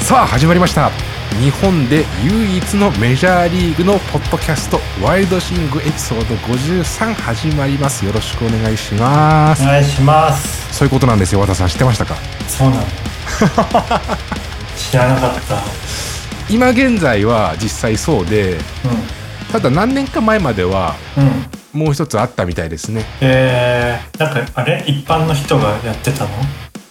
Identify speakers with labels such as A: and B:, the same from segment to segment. A: さあ始まりました日本で唯一のメジャーリーグのポッドキャストワイルドシングエピソード53始まりますよろしくお願いします
B: お願いします
A: そういうことなんですよ和田さん知ってましたか
B: そうなの知らなかった
A: 今現在は実際そうでただ何年か前までは
B: うんうん
A: もう一つあったみたいですね
B: えー、なんかあれ一般の人がやってたの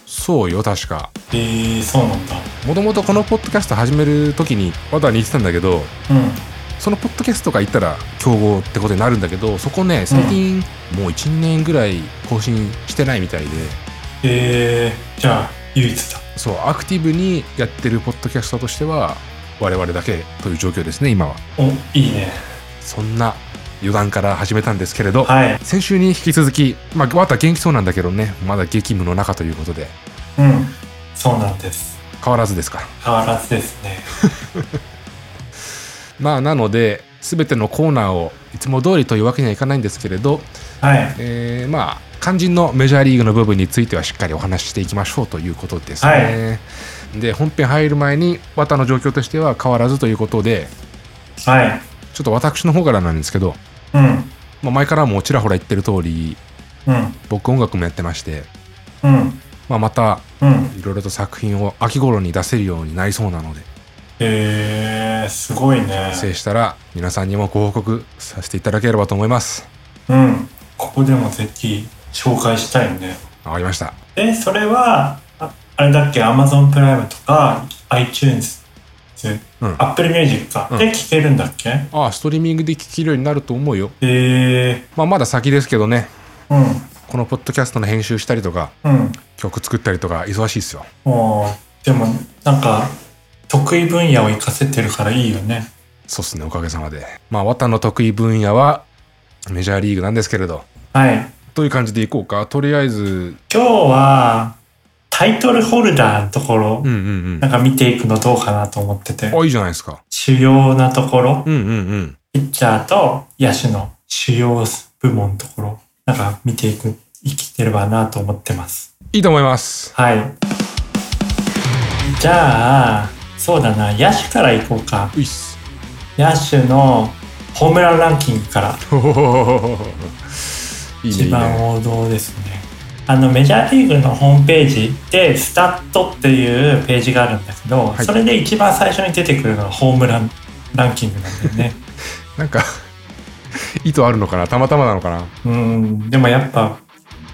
A: そうよ確か
B: えー、そうなんだ
A: もともとこのポッドキャスト始める時に和田に言ってたんだけど
B: うん
A: そのポッドキャストが行ったら競合ってことになるんだけどそこね最近もう12年ぐらい更新してないみたいで
B: えー、じゃあ唯一だ
A: そうアクティブにやってるポッドキャストとしては我々だけという状況ですね今は
B: おいいね
A: そんな余談から始めたんですけれど、
B: はい
A: 先週に引き続きまあまた元気そうなんだけどねまだ激務の中ということで
B: うんそうなんです
A: 変わらずですから
B: 変わらずですね
A: まあなので全てのコーナーをいつも通りというわけにはいかないんですけれど
B: はい
A: えーまあ肝心のメジャーリーグの部分についてはしっかりお話ししていきましょうということですね。で本編入る前に綿の状況としては変わらずということで
B: はい
A: ちょっと私の方からなんですけど、
B: うん
A: まあ、前からもちらほら言ってる通り
B: うん
A: 僕音楽もやってまして、
B: うん
A: まあ、また
B: うん
A: いろいろと作品を秋頃に出せるようになりそうなので
B: えー、すごいね
A: 制したら皆さんにもご報告させていただければと思います。
B: うんここでもぜひ紹介したいね
A: わかりました。
B: えそれはああれだっけ Amazon プライムとか iTunes、
A: うん
B: Apple Music か、
A: うん
B: で聴けるんだっけ
A: ああストリーミングで聴けるようになると思うよ。
B: え
A: まあ、まだ先ですけどね
B: ー、うん
A: このポッドキャストの編集したりとか
B: うん
A: 曲作ったりとか忙しいですよ
B: もうでもなんか得意分野を活かせてるからいいよね
A: そうっすねおかげさまでまあ綿の得意分野はメジャーリーグなんですけれど
B: はい
A: どういう感じでいこうかとりあえず
B: 今日はタイトルホルダーのところ、
A: うんうん
B: なんか見ていくのどうかなと思ってて
A: うんあいいじゃないですか
B: 主要なところ
A: うんうんうん
B: ピッチャーと野手の主要部門のところなんか見ていく生きてればなと思ってます
A: いいと思います
B: はい。じゃあ、そうだな、野手からいこうか。
A: ういっ す
B: 野手のホームランランキングから、
A: ほほほほほほいいねい
B: 一
A: い
B: 番
A: ね
B: 王道ですね。あのメジャーリーグのホームページで「スタット」っていうページがあるんだけど、
A: はい
B: それで一番最初に出てくるのがホームランランキングなんだよね
A: なんか 意図あるのかなたまたまなのかな
B: うんでもやっぱ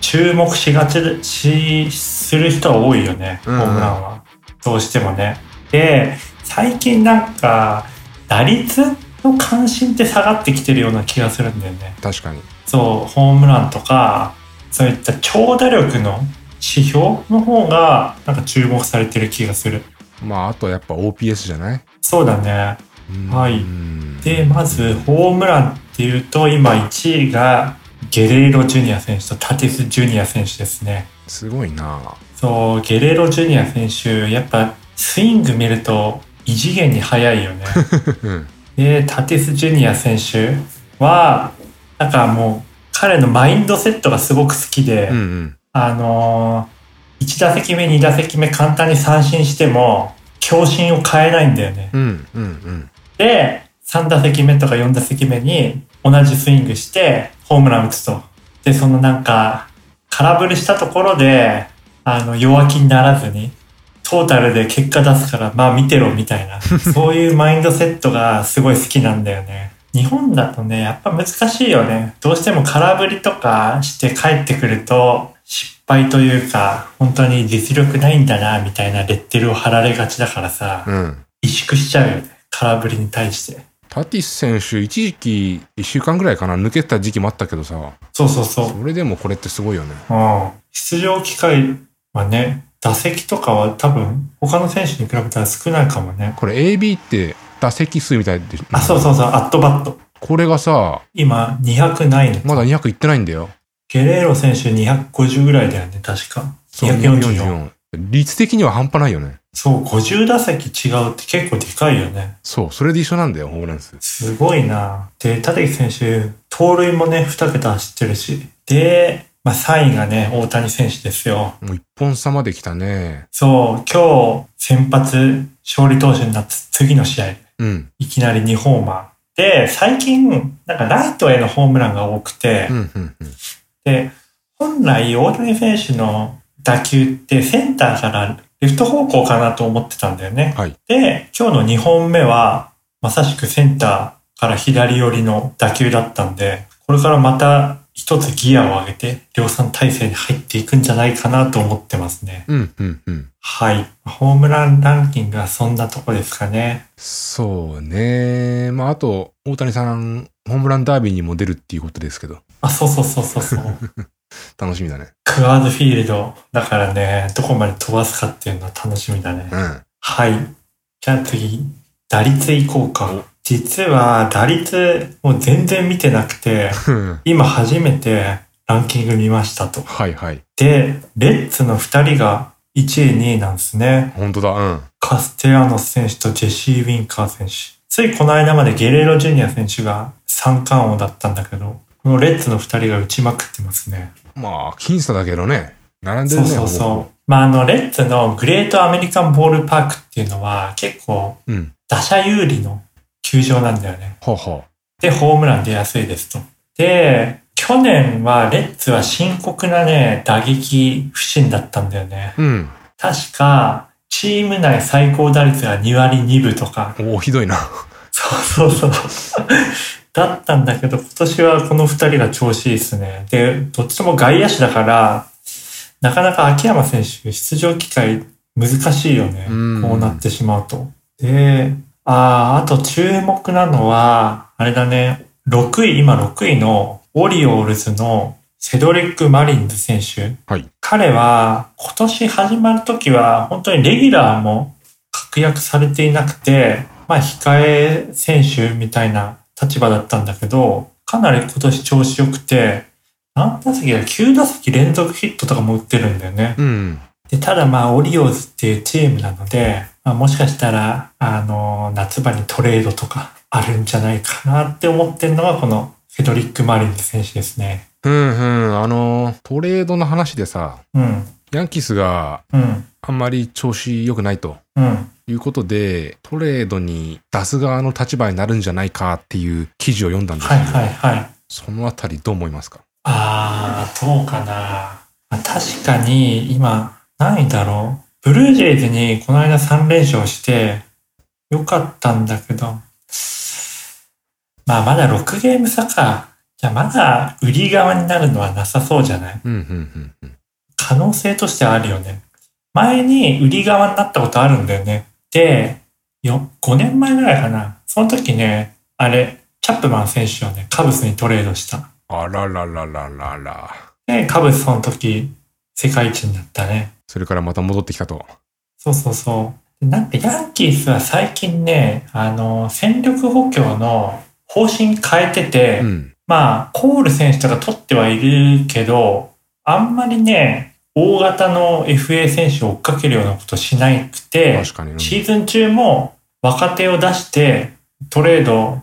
B: 注目しがちでしする人は多いよねホ
A: うんうん
B: ームランは、どうしてもねで最近なんか打率の関心って下がってきてるような気がするんだよね
A: 確かに
B: そうホームランとかそういった長打力の指標の方がなんか注目されてる気がする
A: まああとやっぱ OPS じゃない
B: そうだね
A: うん
B: は
A: う
B: い
A: ん
B: でまずホームランっていうと今1位がゲレーロジュニア選手とタティスジュニア選手ですね
A: すごいな
B: そう、ゲレーロジュニア選手、やっぱスイング見ると異次元に速いよ ね。
A: うん
B: で、タティスジュニア選手は、なんかもう彼のマインドセットがすごく好きで、
A: うんうん
B: あのー、1打席目、2打席目簡単に三振しても、強振を変えないんだよね。
A: うんうんうん
B: で、3打席目とか4打席目に同じスイングしてホームラン打つと。で、そのなんか、空振りしたところで、あの、弱気にならずに、トータルで結果出すから、まあ見てろみたいな、そういうマインドセットがすごい好きなんだよね。日本だとね、やっぱ難しいよね。どうしても空振りとかして帰ってくると、失敗というか、本当に実力ないんだな、みたいなレッテルを貼られがちだからさ。
A: うん
B: 萎縮しちゃうよね空振りに対して
A: タティス選手、一時期、1週間ぐらいかな、抜けてた時期もあったけどさ、
B: そうそうそう、
A: それでもこれってすごいよね。
B: うん、出場機会はね打席とかは多分他の選手に比べたら少ないかもね
A: これ AB って打席数みたいで、
B: あそうそうそうアットバット
A: これがさ、
B: 今200ないの
A: まだ200いってないんだよ。
B: ゲレーロ選手250ぐらいだよね確か244。
A: 率的には半端ないよね。
B: そう50打席違うって結構でかいよね
A: そう、それで一緒なんだよ、ホームラン数。
B: すごいなで立木選手盗塁もね2桁走ってるしでまあ、3位がね、大谷選手ですよ。
A: もう一本差まで来たね。
B: そう、今日、先発、勝利投手になった次の試合、
A: うん。
B: いきなり2ホーマー。で、最近、なんかライトへのホームランが多くて、
A: うん、うん、うん。
B: で、本来、大谷選手の打球って、センターからレフト方向かなと思ってたんだよね。
A: はい
B: で、今日の2本目は、まさしくセンターから左寄りの打球だったんで、これからまた一つギアを上げて、量産体制に入っていくんじゃないかなと思ってますね。
A: うん、うん、うん。
B: はい。ホームランランキングはそんなとこですかね。
A: そうね。まあ、あと、大谷さん、ホームランダービーにも出るっていうことですけど、
B: あ、そうそうそうそ うそう。
A: 楽しみだね。
B: クアーズフィールド。だからね、どこまで飛ばすかっていうのは楽しみだね。
A: うん。
B: はい。じゃあ次、打率いこうか。実は打率もう全然見てなくて、今初めてランキング見ましたと。
A: はいはい。
B: で、レッツの2人が1位、2位なんですね。
A: 本当だ。うん。
B: カステアノス選手とジェシー・ウィンカー選手。ついこの間までゲレーロジュニア選手が三冠王だったんだけど、このレッツの2人が打ちまくってますね。
A: まあ、僅差だけどね。並んでる
B: そう
A: ね。
B: そうそ
A: ほ
B: う。まあ、あの、レッツのグレートアメリカンボールパークっていうのは結構
A: ぼうん。
B: 打者有利の球場なんだよね。
A: ほうほ
B: で、ホームラン出やすいですと。で、去年はレッツは深刻なね、打撃不振だったんだよね。
A: う。うん。
B: 確か、チーム内最高打率が2割2分とか。
A: おお、ひどいな。
B: そうそうそう。だったんだけど、今年はこの2人が調子いいですね。で、どっちとも外野手だから、なかなか秋山選手出場機会難しいよね。
A: うん
B: こうなってしまうと。で、ああ、あと注目なのは、あれだね、6位、今6位のオリオールズのセドリック・マリンズ選手。
A: はい
B: 彼は今年始まるときは本当にレギュラーも確約されていなくて、まあ控え選手みたいな立場だったんだけど、かなり今年調子良くて、何打席だ ?9 打席連続ヒットとかも打ってるんだよね。
A: うん。
B: で、ただまあ、オリオーズっていうチームなので、まあ、もしかしたら、あの、夏場にトレードとかあるんじゃないかなって思ってるのが、このフェドリック・マリンズ選手ですね。
A: うんうん。あの、トレードの話でさ、
B: うん、
A: ヤンキースが
B: うん、
A: あんまり調子良くないと
B: うん。
A: いうことで、トレードに出す側の立場になるんじゃないかっていう記事を読んだんですけ
B: はい
A: ど、
B: はいはい。
A: そのあたりどう思いますか
B: あー、どうかな。まあ確かに、今、何位だろう。ブルージェイズにこの間3連勝して、よかったんだけど、まあ、まだ6ゲーム差か。じゃあ、まだ売り側になるのはなさそうじゃない
A: うんうんうん
B: 可能性としてはあるよね。前に売り側になったことあるんだよね。で、よ5年前ぐらいかな。その時ね、あれ、チャップマン選手をね、カブスにトレードした。
A: うん。あらららららら。
B: で、カブスその時、世界一になったね。
A: それからまた戻ってきたと。
B: そうそうそう。なんかヤンキースは最近ね、あの、戦力補強の方針変えてて、
A: うん。
B: まあ、コール選手とか取ってはいるけど、あんまりね、大型の FA 選手を追っかけるようなことしなくて、
A: 確かに。うん
B: シーズン中も若手を出してトレード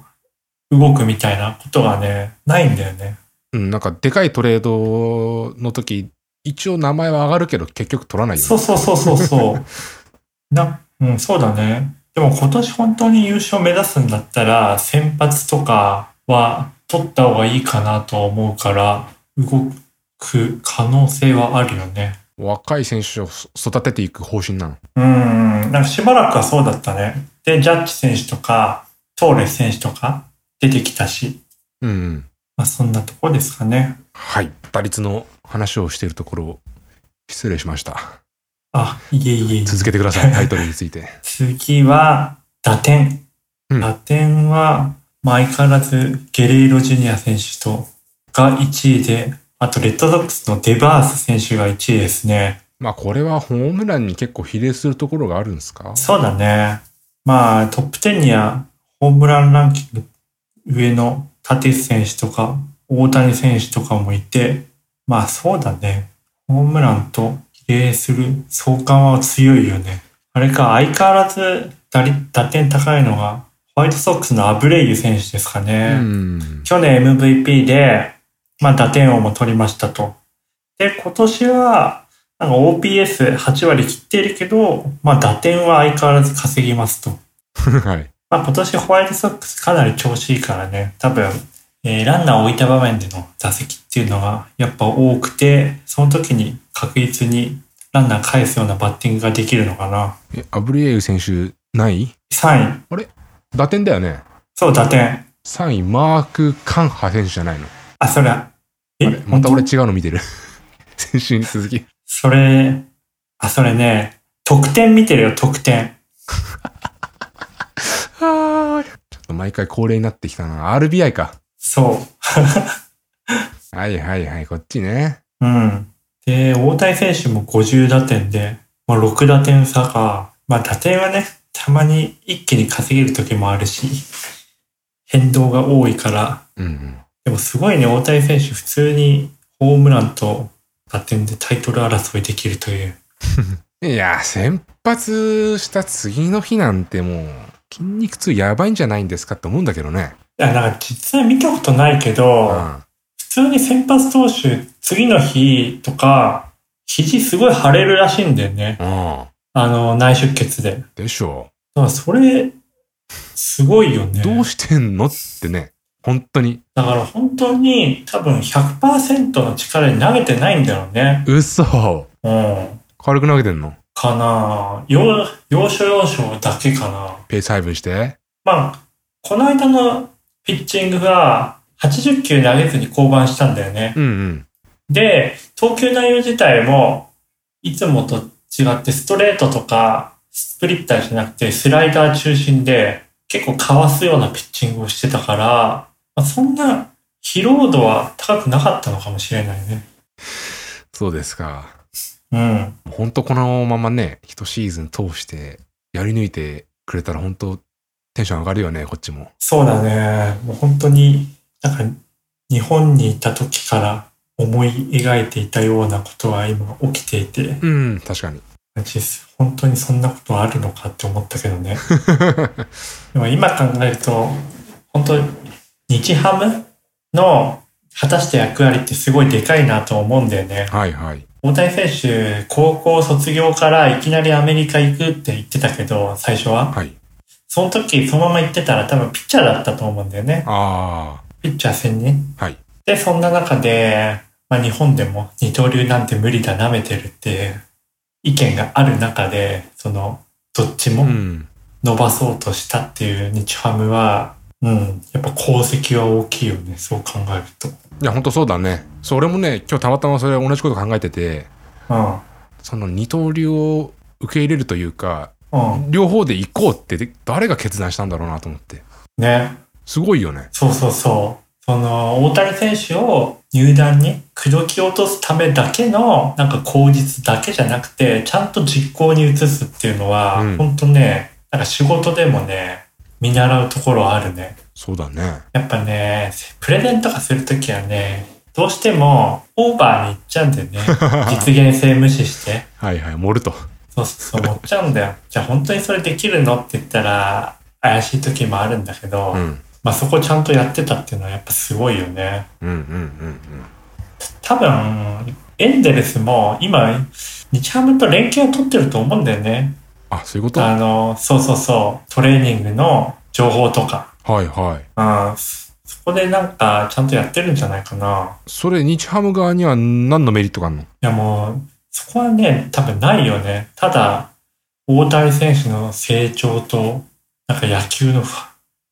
B: 動くみたいなことがね、ないんだよね。
A: うん、なんかでかいトレードの時、一応名前は上がるけど結局取らないよね。
B: そうそうそうそう そう。な、うん、そうだね。でも今年本当に優勝目指すんだったら、先発とかは取った方がいいかなと思うから、動く可能性はあるよね。
A: 若い選手を育てていく方針なの。
B: うん、なんかしばらくはそうだったね。で、ジャッジ選手とか、トーレス選手とか出てきたし、
A: うんうん。
B: まあそんなとこですかね。
A: はい。打率の話をしているところを失礼しました。
B: あ、いえいえいえ。
A: 続けてください、タイ トルについて。
B: 次は、打点。
A: うん
B: 打点は、まあ相変わらずゲレーロジュニア選手とが1位で、あとレッドソックスのデバース選手が1位ですね。
A: まあこれはホームランに結構比例するところがあるんですか
B: そうだね。まあトップ10にはホームランランキング上のタティス選手とか大谷選手とかもいて、まあそうだね。ホームランと比例する相関は強いよね。あれか、相変わらず打率打点高いのが、ホワイトソックスのアブレイユ選手ですか
A: う
B: ね。
A: ん。
B: 去年 MVP で、まあ、打点王も取りましたと。で、今年は、なんか OPS8 割切っているけど、まあ打点は相変わらず稼ぎますと。
A: はい。
B: まあ今年ホワイトソックスかなり調子いいからね、多分、えーランナーを置いた場面での打席っていうのがやっぱ多くて、その時に確実にランナー返すようなバッティングができるのかな。
A: え、アブリエウ選手、何位
B: 3位。
A: 打点だよね。
B: そう、打点。
A: 3位、マーク・カンハ選手じゃないの。
B: あ、それは、え
A: あれまた俺
B: 本当
A: 違うの見てる。 先週に続き。
B: それ、あ、それね、得点見てるよ、得点。
A: はーい。ちょっと毎回恒例になってきたな。RBI か。
B: そう。
A: はいはいはい、こっちね。
B: うん。で、大谷選手も50打点で、まあ、6打点差か。まあ、打点はね、たまに一気に稼げる時もあるし、変動が多いから。
A: うんうん。
B: でもすごいね、大谷選手、普通にホームランと打点でタイトル争いできるという。
A: いや、先発した次の日なんてもう、筋肉痛やばいんじゃないんですかって思うんだけどね。
B: いや、なんか実際見たことないけ
A: う
B: ど、
A: ん。
B: 普通に先発投手、次の日とか、肘すごい腫れるらしいんだよね。
A: うん。
B: あの、内出血で。だか
A: でしょ
B: らそれ、すごいよね。
A: う。どうしてんのってね。本当に。
B: だから本当に多分100%の力に投げてないんだろうね。
A: 嘘。
B: うん。
A: 軽く投げてんの
B: かな要要所要所だけかな
A: ペース配分して。
B: まあ、この間のピッチングが80球投げずに降板したんだよね。
A: うんうん。
B: で、投球内容自体も、いつもと違ってストレートとか、スプリッターじゃなくてスライダー中心で、結構かわすようなピッチングをしてたから、まあ、そんな疲労度は高くなかったのかもしれないね。
A: そうですか。
B: うん。
A: 本当このままね、一シーズン通してやり抜いてくれたら本当テンション上がるよね、こっちも。
B: そうだね。もう本当に、なんか、日本にいた時から思い描いていたようなことは今起きていて、
A: うん、確かに。
B: 実本当にそんなことあるのかって思ったけどね。でも今考えると、本当日ハムの果たした役割ってすごいでかいなと思うんだよね。
A: はいはい。
B: 大谷選手、高校卒業からいきなりアメリカ行くって言ってたけど、最初は。
A: はい。
B: その時、そのまま行ってたら多分ピッチャーだったと思うんだよね。
A: あ
B: ピッチャー戦ね。
A: あ、はい。
B: で、そんな中で、まあ、日本でも二刀流なんて無理だ、舐めてるって意見がある中で、その、どっち
A: う
B: も
A: ん。
B: 伸ばそうとしたっていう日ハムは、うん、やっぱ功績は大きいよね、そう考えると。
A: いや、本当そうだね。そう、俺もね、今日たまたまそれ同じこと考えてて、
B: う
A: その二刀流を受け入れるというか、
B: ん、うん、
A: 両方で行こうって誰が決断したんだろうなと思って。
B: ね。
A: すごいよね。
B: そうそうそう。その、大谷選手を入団に口説き落とすためだけの、なんか口実だけじゃなくて、ちゃんと実行に移すっていうのは、
A: うん
B: 本当ね、なんか仕事でもね、見習うところはあるね。
A: そうだね。
B: やっぱね、プレゼントがするときはね、どうしてもオーバーにいっちゃうんだよ ね。実現性無視して。
A: はいはい、盛ると。
B: そうそう、持っちゃうんだよ。じゃあ本当にそれできるのって言ったら、怪しい時もあるんだけど、
A: うん。
B: まあそこちゃんとやってたっていうのはやっぱすごいよね。
A: うんうんうん
B: 多分、エンゼルスも今、日ハムと連携を取ってると思うんだよね。
A: うん。あ、そういうことは
B: あの、そうそうそう、トレーニングの情報とか。
A: いはい。
B: うん、そそこでなんかちゃんとやってるんじゃないかな。
A: それ、日ハム側には何のメリットがあるの
B: いやもう、そこはね、多分ないよね。ただ、大谷選手の成長と、なんか野球のふ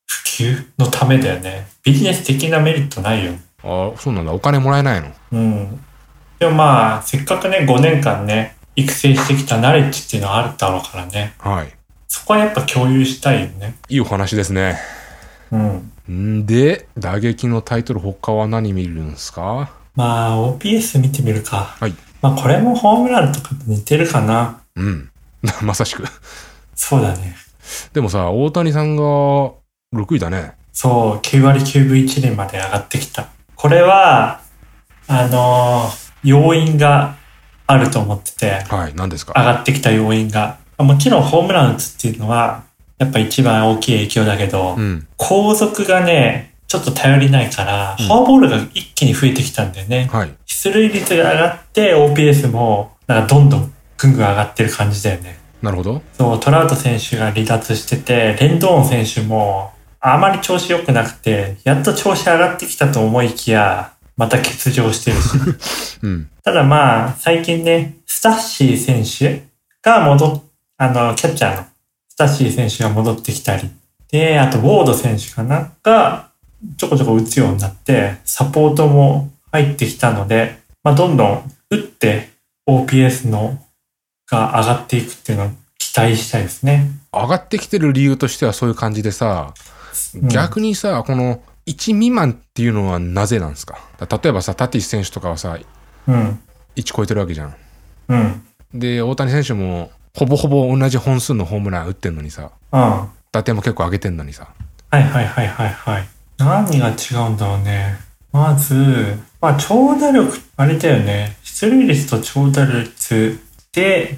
B: 普及のためだよね。ビジネス的なメリットないよ。
A: ああ、そうなんだ。お金もらえないの。
B: うん。でもまあ、せっかくね、5年間ね、育成してきたナレッジっていうのはあるだろうからね。
A: はい。
B: そこはやっぱ共有したいよね。
A: いいお話ですね。
B: うん。
A: んで、打撃のタイトル他は何見るんですか
B: まあ、OPS 見てみるか。
A: はい
B: まあ、これもホームランとかと似てるかな。
A: うん。 まさしく。
B: そうだね。
A: でもさ、大谷さんが6位だね。
B: そう、9割9分1厘まで上がってきた。これは、あのー要因があると思ってて、
A: はい。何です
B: 上
A: か
B: がってきた要因が。もちろんホームラン打つっていうのは、やっぱ一番大きい影響だけど、
A: うん。
B: 後続がね、ちょっと頼りないから、フォアボールが一気に増えてきたんだよね。
A: はい。
B: 出塁率が上がって OPS もなんかどんどんぐんぐん上がってる感じだよね。
A: なるほど。
B: そう、トラウト選手が離脱してて、レンドーン選手もあまり調子良くなくて、やっと調子上がってきたと思いきや、また欠場してるし。
A: うん。
B: ただまあ、最近ね、スタッシー選手が戻っ、あの、キャッチャーのスタッシー選手が戻ってきたり、で、あと、ウォード選手かなが、ちょこちょこ打つようになって、サポートも入ってきたので、まあ、どんどん打って OPS のが上がっていくっていうのを期待したいですね。
A: 上がってきてる理由としてはそういう感じでさ、
B: うん
A: 逆にさ、この1未満っていうのはなぜなんですかだ例えばさ、タティス選手とかはさ、
B: うん。
A: 1超えてるわけじゃん。
B: うん。うん。
A: で、大谷選手もほぼほぼ同じ本数のホームラン打ってんのにさ、
B: は
A: 打点も結構上げてんのにさ。
B: いはいはいはいはい。何が違うんだろうね。まず、まあ、長打力、あれだよね。出塁率と長打率で、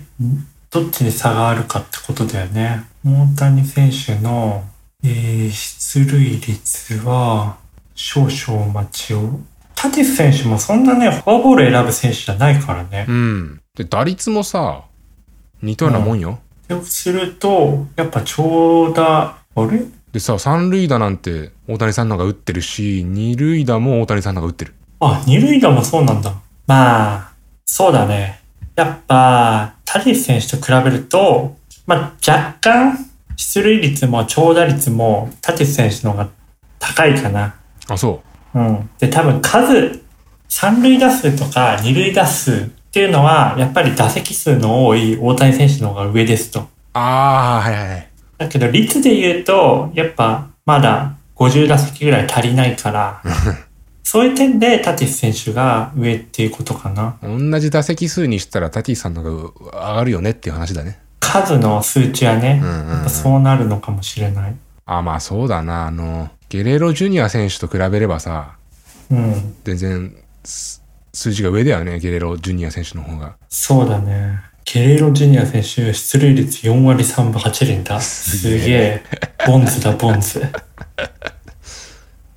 B: どっちに差があるかってことだよね。大谷選手の、えー出塁率は、少々お待ちを。タティス選手もそんなね、フォアボール選ぶ選手じゃないからね。
A: うん。で、打率もさ、似たようなもんよ。
B: よくすると、やっぱ長打、あれ
A: でさ、三塁打なんて大谷さんの方が打ってるし、二塁打も大谷さんの方が打ってる。
B: あ、二塁打もそうなんだ。まあ、そうだね。やっぱ、タリス選手と比べると、まあ若干、出塁率も長打率もタティス選手の方が高いかな。
A: あ、そ
B: うん。で、多分数、三塁打数とか二塁打数っていうのは、やっぱり打席数の多い大谷選手の方が上ですと。
A: う。ああ、はいはいはい。
B: だけど率で言うと、やっぱまだ50打席ぐらい足りな いから、そういう点でタティス選手が上っていうことかな。
A: 同じ打席数にしたらタティさんの方が上がるよねっていう話だね。
B: 数の数値はね
A: う、んうん、うん。
B: そうなるのかもしれない。
A: あ、まあそうだな。あの、ゲレーロジュニア選手と比べればさ、
B: うん。
A: 全然す数字が上だよね、ゲレーロジュニア選手の方が。
B: そうだね。ゲレーロジュニア選手、出塁率4割3分8厘だ。す
A: げえ
B: げえ。ボンズだ、ボンズ。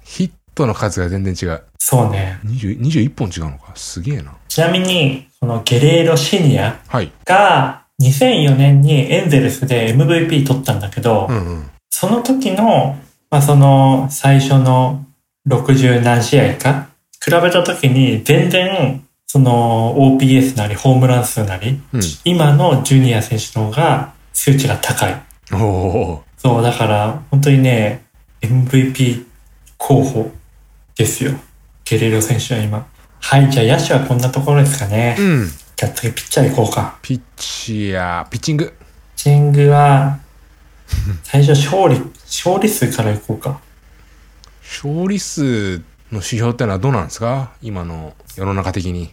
A: ヒットの数が全然違う。
B: そうね。
A: 20 21本違うのか。すげえな。
B: ちなみに、このゲレーロシニア
A: はい。
B: が、2004年にエンゼルスで MVP 取ったんだけど、
A: うんうん。
B: その時の、まあ、その最初の60何試合か、比べた時に全然、その OPS なりホームラン数なり、
A: うん
B: 今のジュニア選手の方が数値が高い。
A: おお
B: そう、だから本当にね、MVP 候補ですよ。ゲレーロ選手は今。はい、じゃあ野手はこんなところですかね
A: ー。。うん。
B: じゃあ次ピッチャー行こうか。
A: ピッチや、ピッチング。
B: ピッチングは、最初勝利、勝利数から行こうか。
A: 勝利数の指標ってのはどうなんですか今の世の中的に。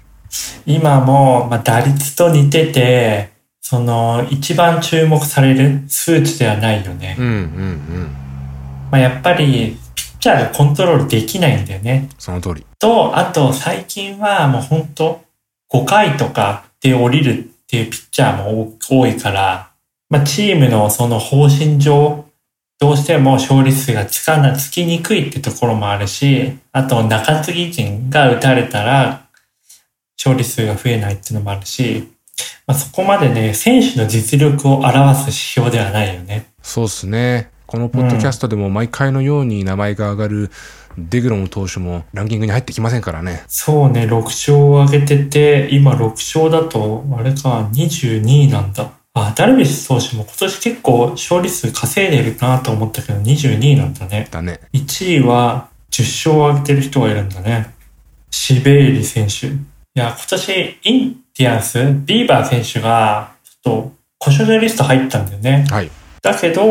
B: 今も、まあ、打率と似てて、その、一番注目される数値ではないよね。
A: うんうんうん。
B: まあ、やっぱり、ピッチャーがコントロールできないんだよね。
A: その通り。
B: と、あと、最近はもうほんと、5回とかで降りるっていうピッチャーも多多いから、まあ、チームのその方針上、どうしても勝利数がつかな、つきにくいってところもあるし、あと中継ぎ陣が打たれたら、勝利数が増えないっていうのもあるし、まあ、そこまでね、選手の実力を表す指標ではないよね。
A: そうっすね。このポッドキャストでも毎回のように名前が上がるデグロム投手もランキングに入ってきませんからね。
B: そうね、6勝を挙げてて、今6勝だと、あれか、22位なんだ。あ、ダルビッシュ投手も今年結構勝利数稼いでるなと思ったけど、22位なんだね。
A: だね。
B: 1位は10勝を挙げてる人がいるんだね。シベイリ選手。いや、今年インディアンス、ビーバー選手が、ちょっと、故障者リスト入ったんだよね。
A: はい。
B: だけど、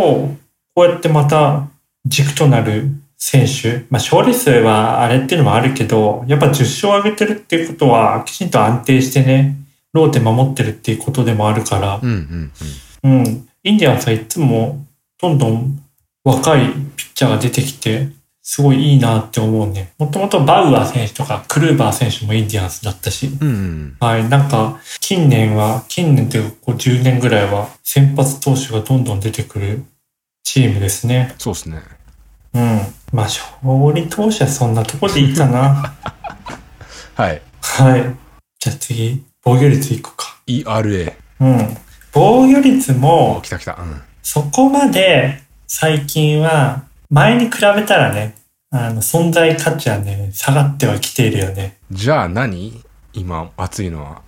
B: こうやってまた軸となる選手、まあ、勝利数はあれっていうのもあるけど、やっぱ10勝上げてるっていうことは、きちんと安定してね、ローテ守ってるっていうことでもあるから
A: う、んうんうん。
B: うん、インディアンスはいつもどんどん若いピッチャーが出てきて、すごいいいなって思うね。もともとバウアー選手とかクルーバー選手もインディアンスだったし、
A: うんうん。
B: はい、なんか、近年は、近年というか、こう10年ぐらいは、先発投手がどんどん出てくるチームですね。
A: そうっすね。
B: うん。まあ、勝利投手はそんなとこでいいかな。
A: はい。
B: はい。じゃあ次、防御率1個か。
A: ERA。
B: うん。防御率
A: お
B: も、
A: 来た来た。うん。
B: そこまで最近は、前に比べたらね、あの、存在価値はね、下がってはきているよね。
A: じゃあ何今、熱いのは。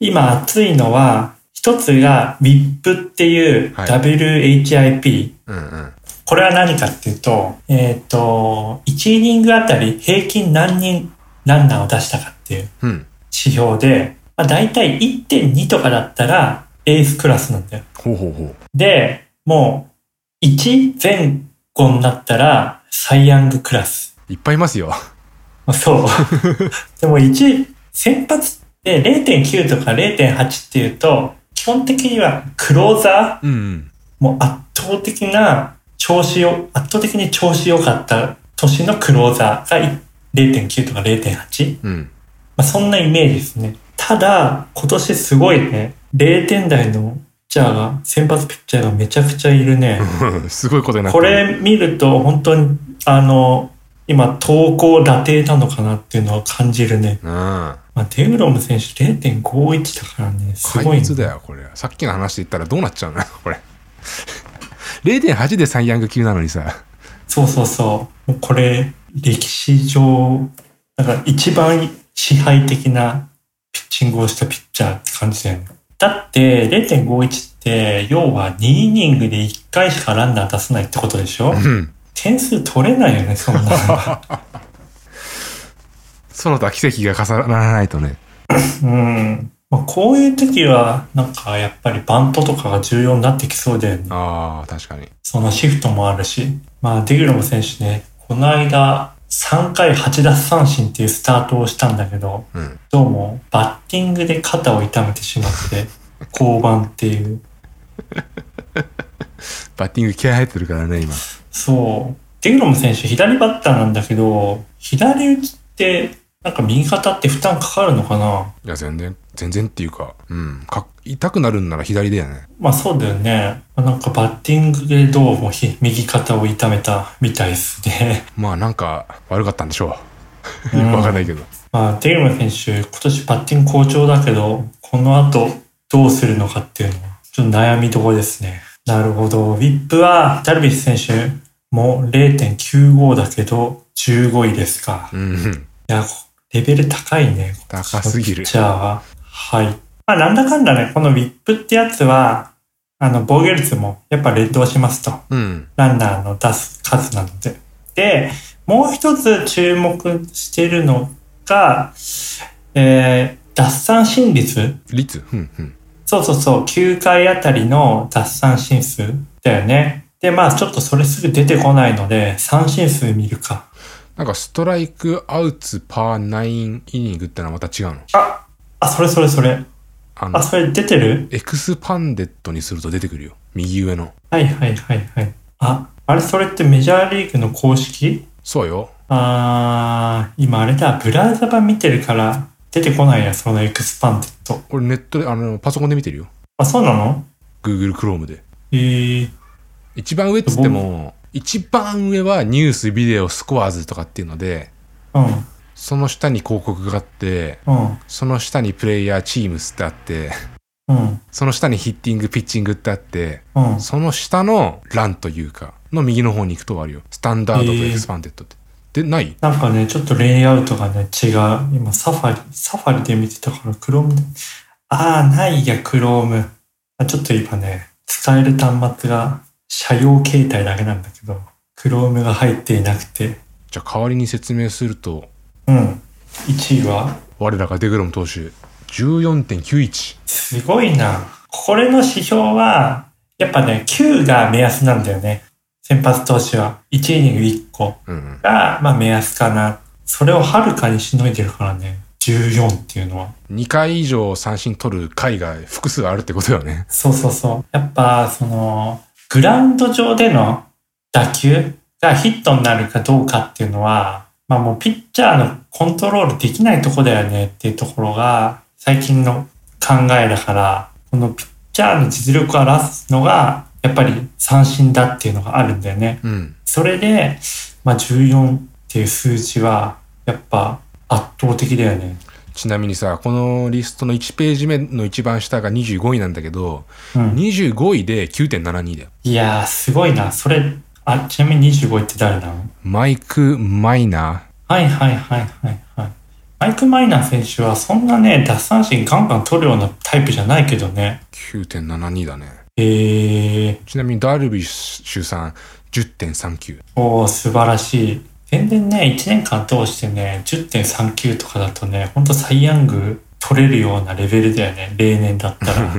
B: 今熱いのは、一つが WIP っていう
A: はい
B: WHIP。
A: うんうん。
B: これは何かっていうと、えっ、と、1イニングあたり平均何人ランナーを出したかっていう
A: うん。
B: 指標で、まあ、大体1.2とかだったらエースクラスなんだよ。
A: ほうほうほう。
B: で、もう1前後になったらサイヤングクラス。
A: いっぱいいますよ。
B: まあそう。でも1、先発で0.9とか0.8っていうと、基本的にはクローザー、
A: うんうん。
B: もう圧倒的な調子を、圧倒的に調子良かった年のクローザーが0.9とか0.8。
A: うん。
B: まあ、そんなイメージですね。ただ、今年すごいね、0点台のピッチャーが、先発ピッチャーがめちゃくちゃいるね。
A: すごいことになって
B: こ
A: る。
B: れ見ると本当に、あの、今、投稿打定なのかなっていうのは感じるね。
A: うん。
B: まあ、デウロム選手0.51だからね、すご
A: 怪
B: い、
A: 物
B: ね。
A: だよ、これ。さっきの話で言ったらどうなっちゃうの これ。0.8でサイヤング級なのにさ。
B: そうそうそう。もうこれ、歴史上、なんか一番支配的なピッチングをしたピッチャーって感じだよね。だって、0.51って、要は2イニングで1回しかランナー出さないってことでしょ
A: うん。
B: 点数取れないよね、そんなの。
A: その他奇跡が重ならないとね。
B: うん。まあ、こういう時は、なんかやっぱりバントとかが重要になってきそうだよね。
A: ああ、確かに。
B: そのシフトもあるし、まあ、デグロム選手ね、この間、3回8奪三振っていうスタートをしたんだけど、
A: うん
B: どうも、バッティングで肩を痛めてしまって、降板っていう。
A: バッティング気合入ってるからね、今。
B: そう。デグロム選手、左バッターなんだけど、左打ちって、なんか右肩って負担かかるのかない
A: や、全然、全然っていうか、うん。か痛くなるんなら左だよね。
B: まあそうだよね。まあなんかバッティングでどうもひ右肩を痛めたみたいですね。
A: まあ、なんか、悪かったんでしょう。
B: う
A: よ
B: ん
A: くわかんないけど。
B: まあ、デイルマ選手、今年バッティング好調だけど、この後どうするのかっていうのは、ちょっと悩みどころですね。なるほど。ウィップは、ダルビッシュ選手も0.95だけど、15位ですか。
A: うん。
B: いや、レベル高いね。
A: 高すぎる
B: じゃあ、はい。まあ、なんだかんだね、このウィップってやつは、あの、防御率もやっぱ連動しますと。
A: うん。
B: ランナーの出す数なので。で、もう一つ注目してるのが、えー、脱三振率
A: 率うん、うん。
B: そうそうそう、9回あたりの脱三振数だよね。で、まあちょっとそれすぐ出てこないので、三振数見るか。
A: なんか、ストライク、アウツ、パー、ナイン、イニングってのはまた違うの
B: あ、あ、それそれそれ。
A: あの
B: あ、、それ出てる
A: エクスパンデットにすると出てくるよ。右上の。
B: はいはいはいはい。あ、あれそれってメジャーリーグの公式
A: そうよ。
B: あー、今あれだ、ブラウザ版見てるから出てこないや、そのエクスパンデット。
A: 俺ネットで、あの、パソコンで見てるよ。
B: あ、そうなの
A: Google Chrome で。
B: えー、
A: 一番上っつっても、一番上はニュース、ビデオ、スコアーズとかっていうので、
B: うん、
A: その下に広告があって、
B: うん、
A: その下にプレイヤー、チームスってあって、
B: うん、
A: その下にヒッティング、ピッチングってあって、
B: うん。
A: その下の欄というか、の右の方に行くとあるよ。スタンダードとエクスパンデッドって。で、ない
B: なんかね、ちょっとレイアウトがね、違う。今、サファリ、サファリで見てたから、クローム。ああ、ないや、クローム。あちょっと今ね、使える端末が、車用携帯だけなんだけど、クロームが入っていなくて。
A: じゃあ代わりに説明すると、
B: うん。1位は、
A: 我らがデグロム投手、14.91。
B: すごいな。これの指標は、やっぱね、9が目安なんだよね。先発投手は、1イニング1個。
A: うんうん。
B: が、まあ目安かな。それをはるかにしのいでるからね。14っていうのは。
A: 2回以上三振取る回が複数あるってことよね。
B: そうそうそう。やっぱ、その、グラウンド上での打球がヒットになるかどうかっていうのは、まあもうピッチャーのコントロールできないとこだよねっていうところが、最近の考えだから、このピッチャーの実力を表すのが、やっやっぱり三振だっていうのがあるんだよね。
A: うん。
B: それで、まあ、14っていう数字は、やっぱ圧倒的だよね。
A: ちなみにさ、このリストの1ページ目の一番下が25位なんだけど、
B: うん。
A: 25位で9.72だよ。
B: いやー、すごいな。それ、あ、ちなみに25位って誰なの
A: マイク・マイナ
B: はいはいはいはいはい。マイク・マイナー選手はそんなね、奪三振ガンガン取るようなタイプじゃないけどね。
A: ー、9.72だね。
B: えー、
A: ちなみにダルビッシュさん、10.39。
B: おー、素晴らしい。全然ね、1年間通してね、10.39とかだとね、ほんとサイ・ヤング取れるようなレベルだよね、例年だったら。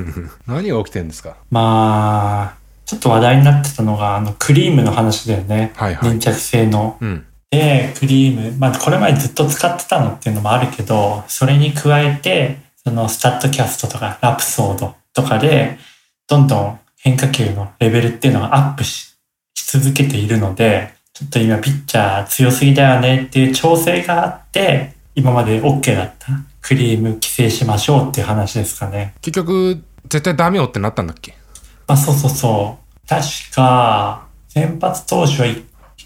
A: 何が起きてるんですか
B: まあ、ちょっと話題になってたのが、あの、クリームの話だよね。
A: はいはい。
B: 粘着性の。
A: うん。
B: で、クリーム、まあ、これまでずっと使ってたのっていうのもあるけど、それに加えて、そのスタッドキャストとかラプソードとかで、どんどん変化球のレベルっていうのがアップしし続けているので、ちょっと今ピッチャー強すぎだよねっていう調整があって、今まで OK だったクリーム規制しましょうっていう話ですかね。
A: 結局、絶対ダメよってなったんだっけ
B: まあ、そうそうそう。確か、先発投手は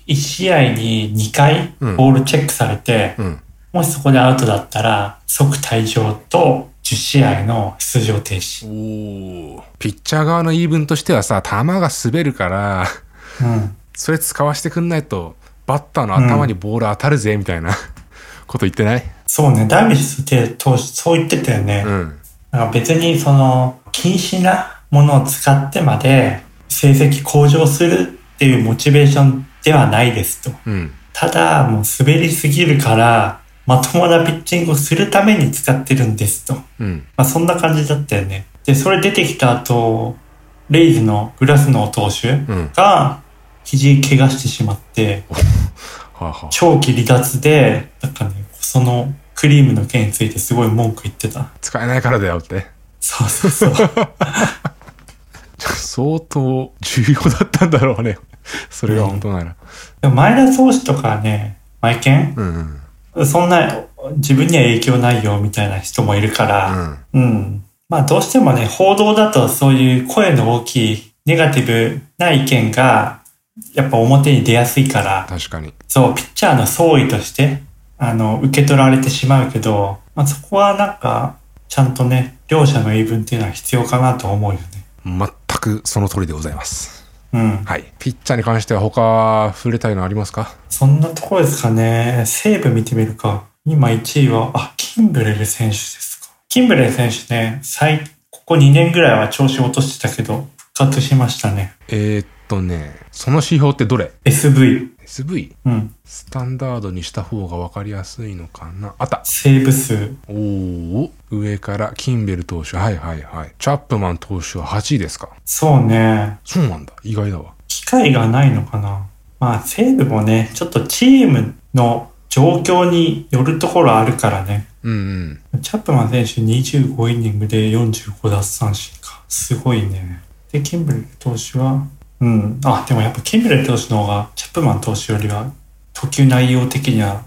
B: 1, 試合に2回
A: うん
B: ボールチェックされて、
A: うん。
B: もしそこでアウトだったら即退場と10試合の出場停止。
A: おピッチャー側の言い分としてはさ、球が滑るから、
B: うん。
A: それ使わせてくんないと、バッターの頭にボール当たるぜ、みたいなこと言ってない
B: そうね、ダルビッシュって投手そう言ってたよね。
A: うん。
B: なんか別にその禁止なものを使ってまで成績向上するっていうモチベーションではないですと。
A: うん。
B: ただもう滑りすぎるからまともなピッチングをするために使ってるんですと。
A: うん。
B: まあそんな感じだったよね。で、それ出てきた後、レイズのグラスノー投手
A: うん。
B: が肘怪我してしまって、
A: はあ、はあ、
B: 長期離脱で、なんかね、そのクリームの件についてすごい文句言ってた。
A: 使えないからだよって。
B: そうそうそう。
A: 相当重要だったんだろうね。それが本当なら。
B: でも前田投手とかはね、マイケン、
A: うん。うん。
B: そんな自分には影響ないよみたいな人もいるから、うん。まあどうしてもね、報道だとそういう声の大きい、ネガティブな意見が、やっぱ表に出やすいから、
A: 確かに。
B: そう、ピッチャーの総意として、あの、受け取られてしまうけど、まあ、そこはなんか、ちゃんとね、両者の言い分っていうのは必要かなと思うよね。
A: 全くその通りでございます。
B: うん。
A: はい。ピッチャーに関しては他触れたいのありますか
B: そんなところですかね。西武見てみるか。今1位は、あ、キンブレル選手ですか。キンブレル選手ね、最、ここ2年ぐらいは調子落としてたけど、復活しましたね。
A: えー、っとね、その指標ってどれ
B: SV。
A: ?SV?
B: うん。
A: スタンダードにした方が分かりやすいのかなあった
B: セーブ数。
A: おお上からキンベル投手はいはいはいチャップマン投手は8位ですか
B: そうね。
A: そうなんだ意外だわ
B: 機会がないのかな。まあ、西武もね、ちょっとチームの状況によるところあるからね。
A: うんうん
B: チャップマン選手25イニングで45奪三振か。すごいね。で、キンブレル投手は、うん。あ、でもやっぱキンブレル投手の方が、チャップマン投手よりは、投球内容的には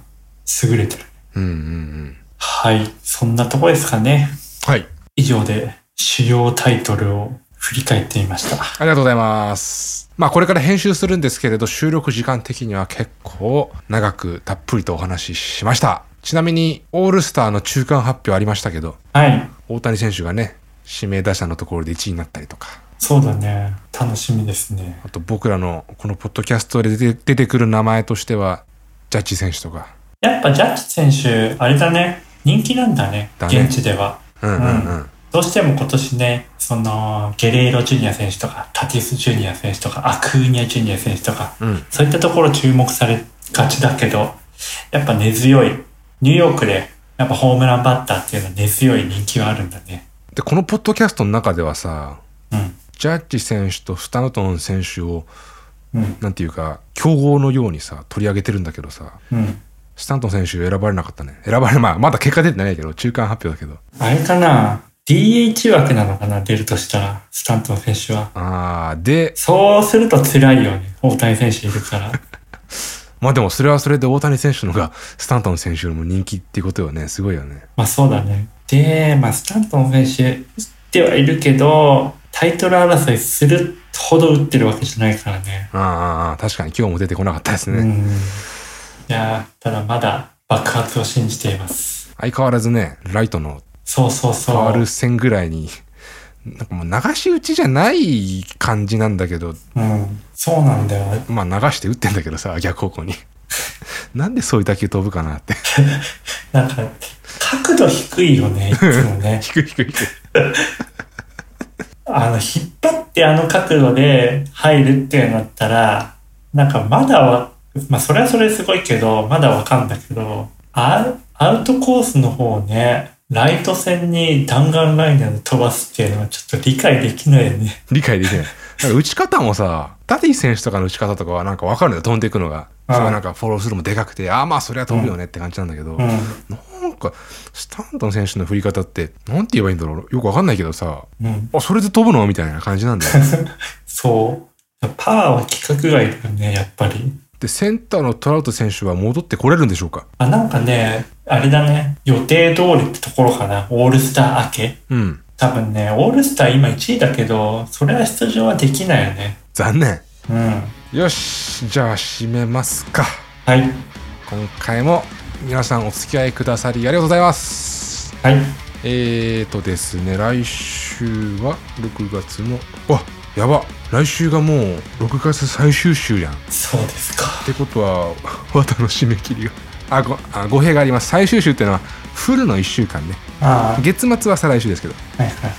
B: 優れてる。
A: うんうんうん
B: はい。そんなとこですかね。
A: はい
B: 以上で、主要タイトルを振り返ってみました。
A: ありがとうございますまあこれから編集するんですけれど収録時間的には結構長くたっぷりとお話ししましたちなみにオールスターの中間発表ありましたけど
B: はい。
A: 大谷選手がね指名打者のところで1位になったりとか
B: そうだね。楽しみですね。
A: あと僕らのこのポッドキャストで出て出てくる名前としてはジャッジ選手とか
B: やっぱジャッジ選手、あれだね、人気なんだね、
A: だね
B: 現地では。
A: うんうんうん、
B: どうしても今年ね、その、ゲレーロジュニア選手とか、タティスジュニア選手とか、アクーニャジュニア選手とか、
A: うん
B: そういったところ注目されがちだけど、やっぱ根強い。ニューヨークで、やっぱホームランバッターっていうのは根強い人気はあるんだね。
A: でこのポッドキャストの中ではさ
B: うん。
A: ジャッジ選手とスタウトン選手を
B: うん。
A: なんていうか競合のようにさ取り上げてるんだけどさ
B: うん。
A: スタントン選手選ばれなかったね選ばれまあまだ結果出てないけど中間発表だけど
B: あれかな ?DH 枠なのかな出るとしたら、スタントン選手は。
A: ああで
B: そうすると辛いよね。大谷選手いるから。
A: まあでもそれはそれで大谷選手の方がスタントン選手よりも人気っていうことよねすごいよね
B: まあそうだね。で、まあスタントン選手打ってはいるけど、タイトル争いするほど打ってるわけじゃないからね。
A: ああああ、確かに今日も出てこなかったですね。
B: うん。いやーただまだ爆発を信じています。
A: 相変わらずね、ライトの
B: そうそうそう。
A: 変わる線ぐらいに、なんかもう流し打ちじゃない感じなんだけど、
B: うん。そうなんだよね。
A: まあ流して打ってんだけどさ、逆方向に。 なんでそういう打球飛ぶかなって。
B: なんか、角度低いよね、いつも ね。
A: 低い低い低い。
B: あの、引っ張ってあの角度で入るっていうのだったら、なんかまだは、まあそれはそれですごいけど、まだわかんだけど、アウアウトコースの方をね、ライト線に弾丸ライナーで飛ばすっていうのはちょっと理解できないよね。
A: 理解できない。なんか打ち方もさ、ダディ選手とかの打ち方とかはなんかわかるんだよ、飛んでいくのが。
B: うん
A: それはなんかフォローするもでかくて、ああまあそりゃ飛ぶよねって感じなんだけど、
B: う
A: なんか、スタントン選手の振り方って、なんて言えばいいんだろうよくわかんないけどさ、
B: ん。うん。
A: あ、それで飛ぶのみたいな感じなんだ よ。
B: そう。パワーは規格外だよね、やっぱり。
A: で、センターのトラウト選手は戻ってこれるんでしょうか
B: あ、なんかね、あれだね、予定通りってところかな、オールスター明け。
A: うん。
B: 多分ね、オールスター今1位だけど、それは出場はできないよね。
A: 残念。
B: うん。
A: よし、じゃあ締めますか。
B: はい。
A: 今回も皆さんお付き合いくださりありがとうございます。
B: はい。
A: えーとですね、来週は6月の、わやば来週がもう6月最終週やん。っ
B: そうですか。
A: てことは、 綿の締め切りが。あ、ご、あ、語弊があります。最終週っていうのは、フルの1週間ね。
B: あ
A: 月末は再来週ですけど。
B: あ、はいはいはい。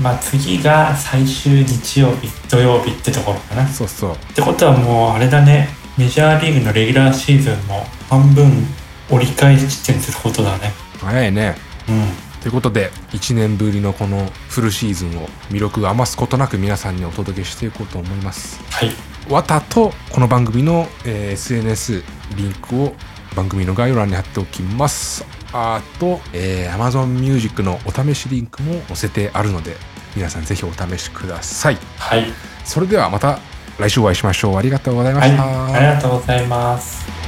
B: まあ次が最終日曜日、土曜日ってところかな。っ
A: そうそう。
B: てことはもうあれだね、メジャーリーグのレギュラーシーズンも半分折り返し地点することだね。
A: 早いね。
B: うん。
A: ということで1年ぶりのこのフルシーズンを魅力を余すことなく皆さんにお届けしていこうと思います
B: はい。
A: わたとこの番組の、えー SNS リンクを番組の概要欄に貼っておきますあと、えー AmazonMusic のお試しリンクも載せてあるので皆さんぜひお試しください
B: はい。
A: それではまた来週お会いしましょうありがとうございま
B: はい。
A: した、
B: ありがとうございます。